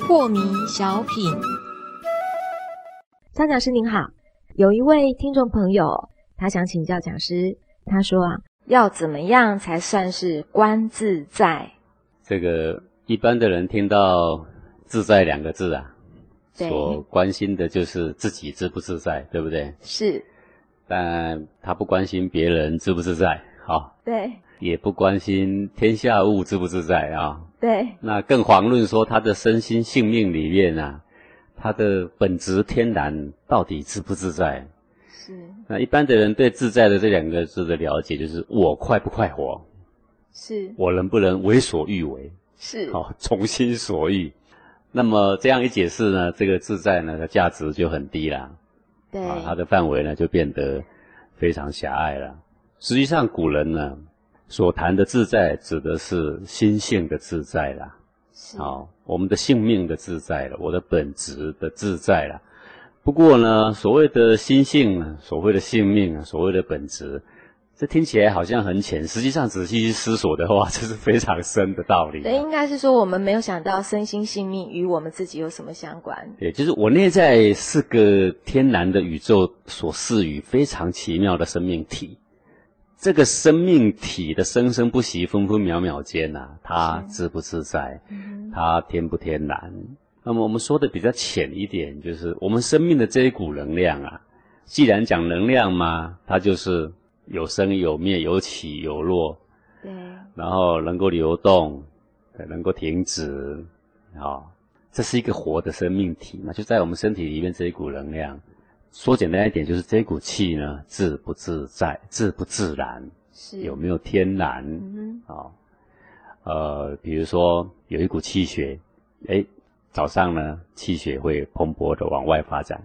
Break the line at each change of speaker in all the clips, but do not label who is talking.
破迷小品，张讲师您好，有一位听众朋友，他想请教讲师，他说啊，要怎么样才算是观自在？
这个一般的人听到“自在”两个字啊，
对
所关心的就是自己自不自在，对不对？
是，
但他不关心别人自不自在，好、
对，
也不关心天下物自不自在啊、
对，
那更遑论说他的身心性命里面啊，他的本质天然到底自不自在？
是，
那一般的人对“自在”的这两个字的了解，就是我快不快活，
是，
我能不能为所欲为，
是，
好、 从心所欲。那么这样一解释呢，这个自在呢，它价值就很低啦，
对，
啊，它的范围呢就变得非常狭隘了。实际上，古人呢所谈的自在，指的是心性的自在啦。
是，
好、我们的性命的自在了，我的本质的自在了。不过呢，所谓的心性啊，所谓的性命啊，所谓的本质，这听起来好像很浅，实际上仔细去思索的话，这是非常深的道理啊、
对，应该是说我们没有想到身心性命与我们自己有什么相关。
也就是我内在是个天然的宇宙所赐予非常奇妙的生命体，这个生命体的生生不息、分分秒秒间呐、啊，它自不自在，它天不天然。那么我们说的比较浅一点，就是我们生命的这一股能量啊，既然讲能量嘛，它就是有生有灭、有起有落，
对，
然后能够流动，呃能够停止，啊、这是一个活的生命体嘛，就在我们身体里面这一股能量。说简单一点，就是这一股气呢，自不自在，自不自然，
是，
有没有天然
嗯
啊、呃，比如说有一股气血，哎，早上呢气血会蓬勃的往外发展，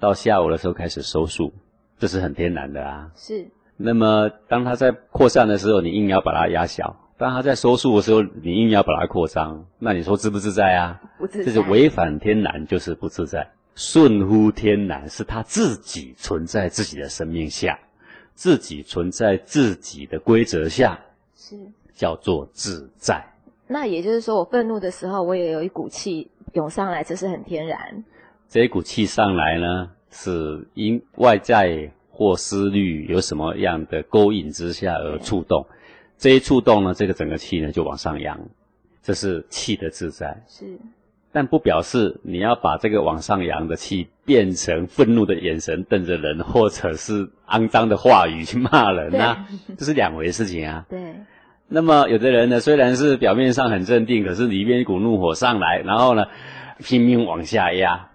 到下午的时候开始收束，这是很天然的啊。
哼，是，
那么当它在扩散的时候，你硬要把它压小；当它在收束的时候，你硬要把它扩张，那你说自不自在啊？
不自在，
这是违反天然，就是不自在。顺乎天然是它自己存在自己的生命下，自己存在自己的规则下，
是。
叫做自在。
那也就是说，我愤怒的时候，我也有一股气涌上来，这是很天然。
这一股气上来呢，是因外在或思虑有什么样的勾引之下而触动，这一触动呢，这个整个气呢就往上扬，这是气的自在，
是，
但不表示你要把这个往上扬的气变成愤怒的眼神瞪着人，或者是肮脏的话语去骂人啊，这是两回事情啊。
对，
那么有的人呢，虽然是表面上很镇定，可是里面一股怒火上来，然后呢，拼命往下压，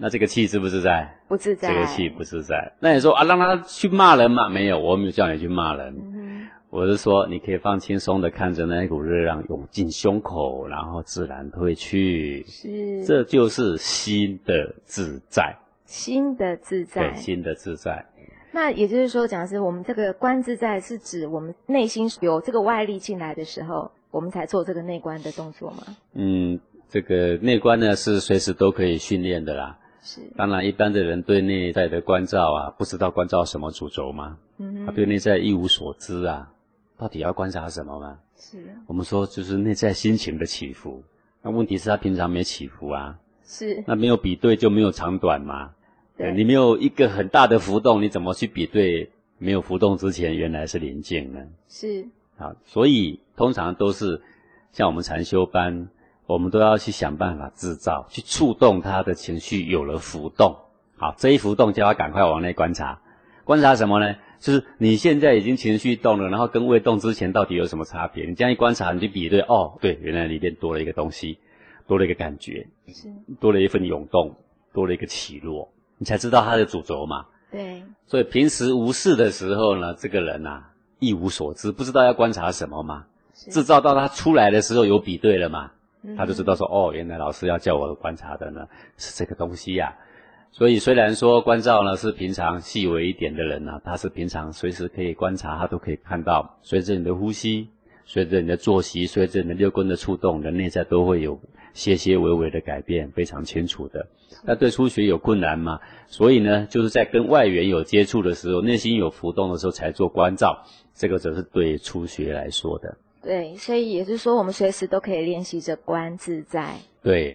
那这个气自不自在？
不自在。
这个气不自在。那你说啊，让他去骂人嘛？没有，我没有叫你去骂人，
嗯哼
我是说你可以放轻松的看着那一股热量涌进胸口，然后自然退去，
是
这就是心的自在，
新的自在
对，。心的自在。
那也就是说，讲的是我们这个观自在，是指我们内心有这个外力进来的时候，我们才做这个内观的动作吗？
嗯，这个内观呢是随时都可以训练的啦。
是，
当然，一般的人对内在的关照啊，不知道关照什么主轴吗？
嗯
他
哼，
啊对内在一无所知啊，到底要观察什么吗？
是
我们说就是内在心情的起伏。那问题是他平常没起伏啊，
是，
那没有比对就没有长短嘛。
对
呃你没有一个很大的浮动，你怎么去比对没有浮动之前原来是临近呢？
是
啊，所以通常都是像我们禅修班，我们都要去想办法制造，去触动他的情绪有了浮动。好，这一浮动叫他赶快往内观察，观察什么呢？就是你现在已经情绪动了，然后跟未动之前到底有什么差别？你这样一观察，你就比对，哦，对，原来里面多了一个东西，多了一个感觉，
是，
多了一份涌动，多了一个起落，你才知道它的主轴嘛。
对，
所以平时无事的时候呢，这个人啊一无所知，不知道要观察什么嘛。
是
制造到他出来的时候有比对了嘛，
嗯哼
他就知道说哦，原来老师要叫我观察的呢是这个东西呀、所以虽然说关照呢是平常细微一点的人呢、啊他是平常随时可以观察，他都可以看到，随着你的呼吸，随着你的作息，随着你的六根的触动，你的内在都会有些些微微的改变，非常清楚的。那对初学有困难嘛，所以呢，就是在跟外缘有接触的时候，内心有浮动的时候才做关照，这个则是对初学来说的。
对，所以也是说，我们随时都可以练习着观自在。
对，